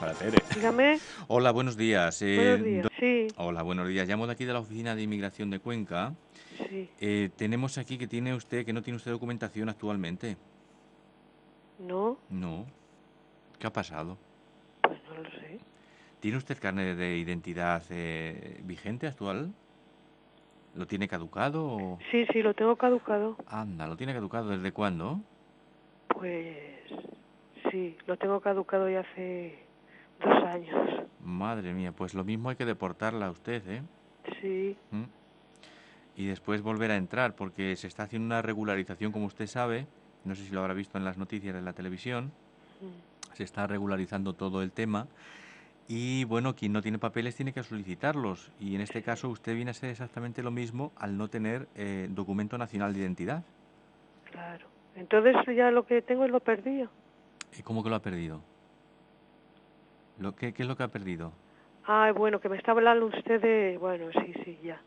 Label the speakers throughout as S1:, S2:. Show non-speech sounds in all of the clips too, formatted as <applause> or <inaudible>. S1: para Tere.
S2: Dígame.
S1: Hola, buenos días. Eh,
S2: Buenos días.
S1: do-
S2: Sí,
S1: Hola, buenos días. Llamo de aquí de la Oficina de Inmigración de Cuenca.
S2: sí.
S1: Eh, tenemos aquí que tiene usted, que no tiene usted documentación actualmente.
S2: No,
S1: No. ¿Qué ha pasado?
S2: pues no lo sé.
S1: ¿Tiene usted carnet de identidad eh, vigente actual? ¿Lo tiene caducado o...?
S2: Sí, sí, lo tengo caducado.
S1: Anda, ¿lo tiene caducado desde cuándo?
S2: Pues sí, lo tengo caducado ya hace dos años.
S1: Madre mía, pues lo mismo hay que deportarla a usted, ¿eh?
S2: Sí,
S1: ¿Mm? Y después volver a entrar, porque se está haciendo una regularización, como usted sabe, no sé si lo habrá visto en las noticias de la televisión,
S2: mm,
S1: se está regularizando todo el tema. Y bueno, quien no tiene papeles tiene que solicitarlos. Y en este caso usted viene a ser exactamente lo mismo al no tener eh, documento nacional de identidad.
S2: claro. Entonces ya lo que tengo es lo perdido.
S1: Eh, ¿Cómo que lo ha perdido? ¿Lo, qué, ¿Qué es lo que ha perdido?
S2: Ay, bueno, que me está hablando usted de... Bueno, sí, sí, ya.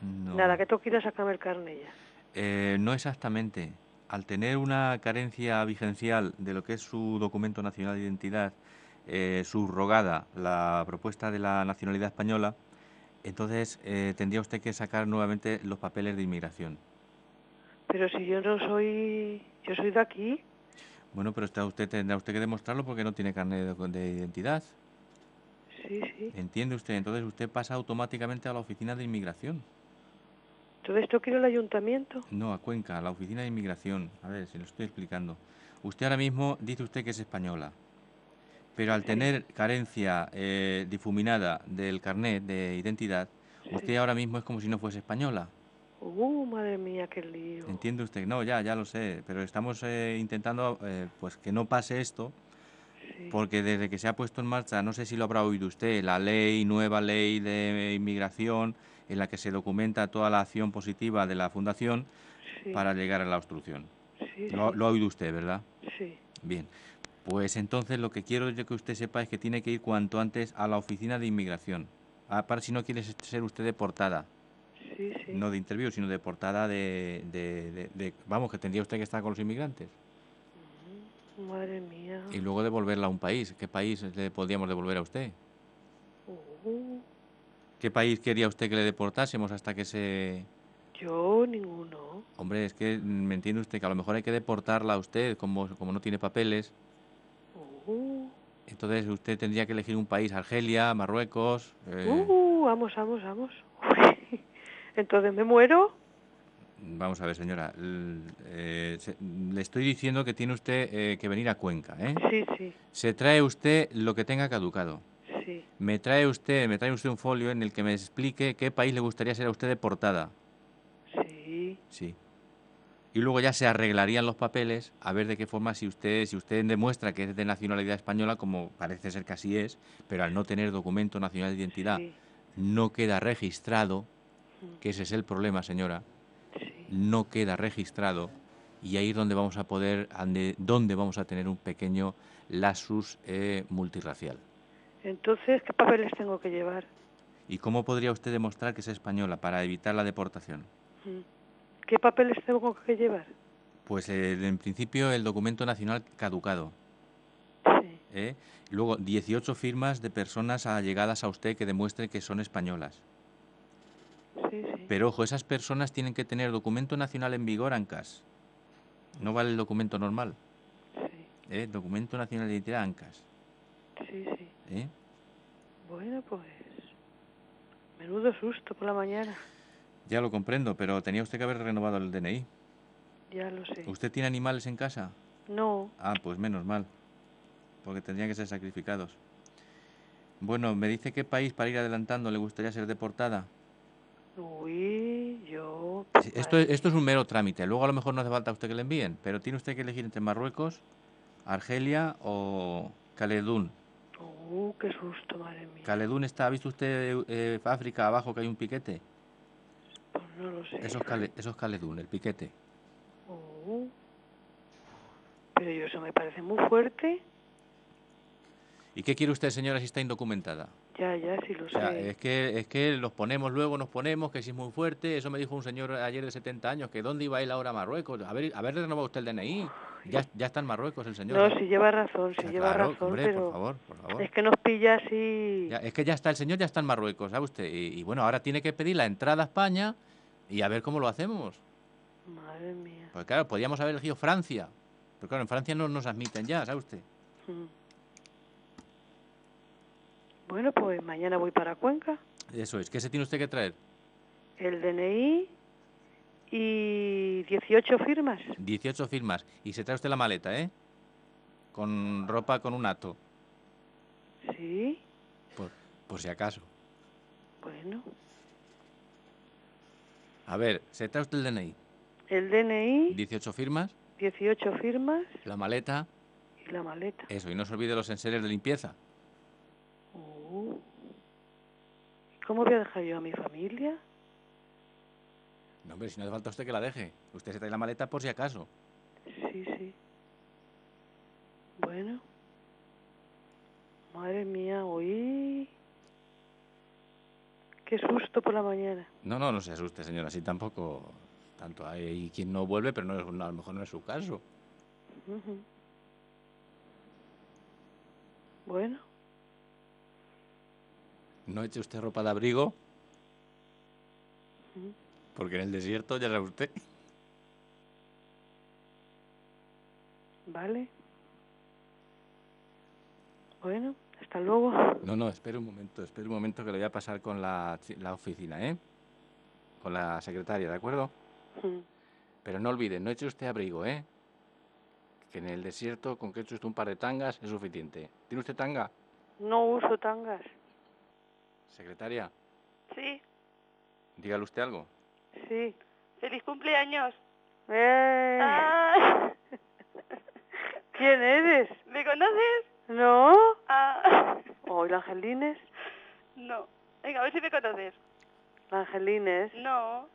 S1: No.
S2: Nada, que tengo que ir a sacarme el carnet ya.
S1: Eh, no exactamente. Al tener una carencia vigencial de lo que es su documento nacional de identidad, eh, subrogada la propuesta de la nacionalidad española, entonces eh, tendría usted que sacar nuevamente los papeles de inmigración.
S2: Pero si yo no soy... Yo soy de aquí.
S1: Bueno, pero está usted, tendrá usted que demostrarlo porque no tiene carnet de, de identidad.
S2: Sí, sí.
S1: ¿Entiende usted? Entonces usted pasa automáticamente a la oficina de inmigración.
S2: Entonces tengo que ir al ayuntamiento.
S1: No, a Cuenca, a la oficina de inmigración. A ver, se lo estoy explicando. Usted ahora mismo dice usted que es española, pero al
S2: Sí.
S1: tener carencia eh, difuminada del carnet de identidad, usted ahora mismo es como si no fuese española.
S2: Uh, madre mía, qué lío.
S1: ¿Entiende usted? No, ya, ya lo sé, pero estamos eh, intentando eh, pues que no pase esto,
S2: Sí.
S1: porque desde que se ha puesto en marcha, no sé si lo habrá oído usted, la ley, nueva ley de inmigración, en la que se documenta toda la acción positiva de la Fundación
S2: sí,
S1: para llegar a la obstrucción.
S2: sí,
S1: Lo,
S2: sí,
S1: lo ha oído usted, ¿verdad?
S2: sí.
S1: Bien. Pues entonces lo que quiero yo que usted sepa es que tiene que ir cuanto antes a la oficina de inmigración. Ah, para si no quiere se- ser usted deportada,
S2: Sí, sí.
S1: no de interview, sino deportada de, de- de- de- Vamos, que tendría usted que estar con los inmigrantes.
S2: Madre mía.
S1: Y luego devolverla a un país. ¿Qué país le podríamos devolver a usted?
S2: Uh,
S1: ¿Qué país quería usted que le deportásemos hasta que se...
S2: yo ninguno.
S1: Hombre, es que mm, me entiende usted que a lo mejor hay que deportarla a usted, como, como no tiene papeles.
S2: Uh,
S1: Entonces usted tendría que elegir un país, Argelia, Marruecos... eh,
S2: uh, vamos, vamos, vamos. Uy, <laughs> Entonces me muero.
S1: Vamos a ver, señora. l- eh, se- le estoy diciendo que tiene usted eh, que venir a Cuenca. ¿eh?
S2: Sí, sí,
S1: Se trae usted lo que tenga caducado.
S2: sí.
S1: Me trae usted, me trae usted un folio en el que me explique qué país le gustaría ser a usted deportada.
S2: Sí,
S1: Sí. Y luego ya se arreglarían los papeles a ver de qué forma si usted si usted demuestra que es de nacionalidad española como parece ser que así es, pero al no tener documento nacional de identidad
S2: sí,
S1: no queda registrado,
S2: Mm.
S1: que ese es el problema, señora.
S2: sí.
S1: no queda registrado y ahí es donde vamos a poder, ande- donde vamos a tener un pequeño lasus eh, multirracial.
S2: Entonces, ¿qué papeles tengo que llevar?
S1: ¿Y cómo podría usted demostrar que es española para evitar la deportación?
S2: Mm. ¿Qué papeles tengo que llevar?
S1: Pues eh, en principio el documento nacional caducado.
S2: Sí.
S1: ¿eh? Luego 18 firmas de personas allegadas a usted que demuestren que son españolas.
S2: Sí, sí.
S1: Pero ojo, esas personas tienen que tener documento nacional en vigor, ANCAS. No vale el documento normal.
S2: Sí,
S1: ¿eh? Documento nacional de identidad, ANCAS.
S2: sí, sí.
S1: ¿eh?
S2: Bueno, pues. Menudo susto por la mañana.
S1: Ya lo comprendo, pero tenía usted que haber renovado el DNI.
S2: Ya lo sé.
S1: ¿Usted tiene animales en casa?
S2: No,
S1: Ah, pues menos mal, porque tendrían que ser sacrificados. Bueno, me dice qué país para ir adelantando le gustaría ser deportada.
S2: uy, yo.
S1: Sí, Esto,
S2: madre
S1: esto es un mero trámite, luego a lo mejor no hace falta a usted que le envíen, pero tiene usted que elegir entre Marruecos, Argelia o Caledún.
S2: Uh, qué susto, madre mía.
S1: Caledún está, ¿ha visto usted eh, África abajo que hay un piquete?
S2: Pues no lo sé.
S1: Eso es, Cale- eso es Caledún, el piquete.
S2: Uh. pero yo eso me parece muy fuerte.
S1: ¿Y qué quiere usted, señora, si está indocumentada?
S2: Ya, ya, sí lo
S1: O sea,
S2: sé.
S1: es que, es que los ponemos luego, nos ponemos, que si es muy fuerte. Eso me dijo un señor ayer de 70 años, que dónde iba a ir ahora a Marruecos. A ver, a ver, renovado usted el DNI. Ya, ya está en Marruecos el señor.
S2: No, si lleva razón, si
S1: Ya,
S2: lleva
S1: claro,
S2: razón,
S1: hombre,
S2: pero
S1: por favor, por favor.
S2: es que nos pilla así.
S1: Ya, es que ya está, el señor ya está en Marruecos, ¿sabe usted? Y, y bueno, ahora tiene que pedir la entrada a España y a ver cómo lo hacemos.
S2: Madre mía.
S1: Porque claro, podíamos haber elegido Francia. Pero claro, en Francia no nos admiten ya, ¿sabe usted?
S2: Mm. Bueno, pues mañana voy para Cuenca.
S1: Eso es, ¿qué se tiene usted que traer?
S2: El DNI y 18 firmas.
S1: 18 firmas. Y se trae usted la maleta, ¿eh? Con ropa con un ato,
S2: Sí,
S1: por, por si acaso.
S2: bueno.
S1: A ver, se trae usted el DNI.
S2: El DNI,
S1: 18 firmas,
S2: 18 firmas
S1: la maleta,
S2: y la maleta.
S1: eso. Y no se olvide los enseres de limpieza.
S2: Uh. ¿Cómo voy a dejar yo a mi familia?
S1: No, hombre, si no hace falta usted que la deje. Usted se trae la maleta por si acaso.
S2: Sí, sí. Bueno. Madre mía, oí. Qué susto por la mañana.
S1: No, no, no se asuste, señora. Así tampoco... Tanto hay quien no vuelve, pero no, es- no, a lo mejor no es su caso.
S2: Ujú. Bueno,
S1: No eche usted ropa de abrigo,
S2: Mm.
S1: porque en el desierto ya sabe usted.
S2: vale. Bueno, hasta luego.
S1: No, no, espere un momento, espere un momento que lo voy a pasar con la, chi- la oficina, ¿eh? Con la secretaria, ¿de acuerdo?
S2: Mm.
S1: Pero no olvide, no eche usted abrigo, ¿eh? Que en el desierto con que eche usted un par de tangas es suficiente. ¿Tiene usted tanga?
S2: No uso tangas.
S1: Secretaria,
S3: Sí,
S1: dígale usted algo.
S2: Sí.
S3: feliz cumpleaños.
S2: ¡Eh!
S3: Ah, <laughs>
S2: <laughs> ¿Quién eres?
S3: ¿Me conoces?
S2: ¿No?
S3: Ah, <laughs>
S2: ¿O el Angelines?
S3: no. Venga, a ver si me conoces.
S2: ¿La Angelines?
S3: No.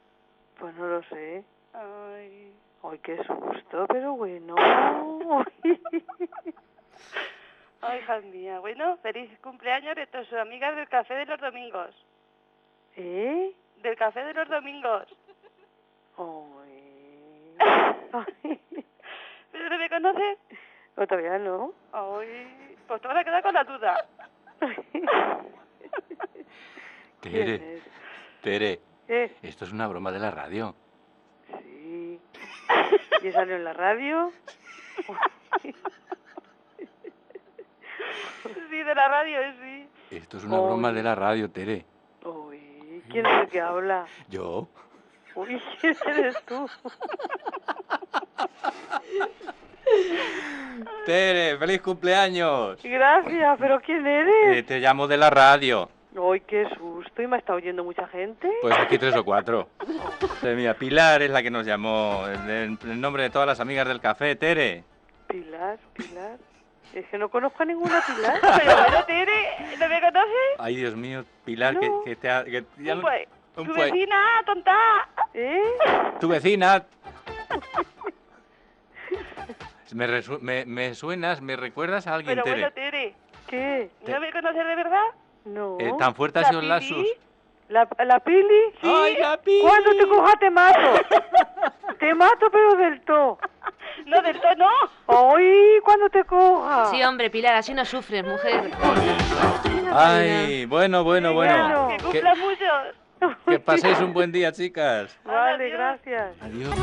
S2: Pues no lo sé.
S3: Ay.
S2: Ay, qué susto, pero bueno. <laughs>
S3: Ay, hija mía. Bueno, feliz cumpleaños de tus amigas del café de los domingos.
S2: ¿Eh?
S3: Del café de los domingos.
S2: Ay.
S3: ¿Pero no me conoces?
S2: No, todavía no.
S3: Ay, pues te vas a quedar con la duda.
S2: ¿Quién
S1: Tere,
S2: es?
S1: Tere,
S2: ¿Eh?
S1: esto es una broma de la radio.
S2: Sí. ¿Y salió en la radio? <laughs>
S3: Sí, de la radio, eh, sí.
S1: Esto es
S2: una broma de
S1: la radio, Tere.
S2: Uy, ¿quién es el que habla?
S1: ¿Yo?
S2: Uy, ¿quién eres tú?
S1: Tere, feliz cumpleaños.
S2: Gracias, pero ¿quién eres?
S1: Eh, te llamo de la radio.
S2: Ay, qué susto. ¿Y me está oyendo mucha gente?
S1: Pues aquí tres o cuatro. Madre mía, Pilar es la que nos llamó. En en nombre de todas las amigas del café, Tere.
S2: Pilar, Pilar. Es que no conozco a ninguna
S1: <laughs>
S2: Pilar.
S3: Pero bueno, Tere, ¿no me conoces?
S1: Ay, Dios mío, Pilar, que-
S2: No.
S1: que, te ha- que ya no-
S3: Pues,
S1: un
S3: tu
S1: pue-
S3: vecina, tonta.
S2: ¿Eh?
S1: tu vecina. Me, resu- me, me suenas, me recuerdas a alguien,
S3: Pero bueno,
S1: Tere.
S3: Tere,
S2: ¿Qué?
S3: ¿no me conoces de verdad?
S2: No.
S1: Eh, tan fuerte ha
S3: ¿La
S1: sido el
S3: Pili?
S1: lasus.
S2: ¿La, la Pili?
S1: ¡Ay, la Pili!
S2: Cuando te coja te mato.
S1: <laughs>
S2: te mato pero del todo.
S3: No, del todo no.
S2: Hoy cuando te coja.
S4: Sí, hombre, Pilar, así no sufres, mujer.
S1: Ay, bueno, bueno, bueno.
S2: Claro.
S3: Que
S1: Que,
S3: cumpla mucho.
S1: que paséis un buen día, chicas.
S2: Vale,
S3: Adiós.
S2: gracias.
S1: Adiós.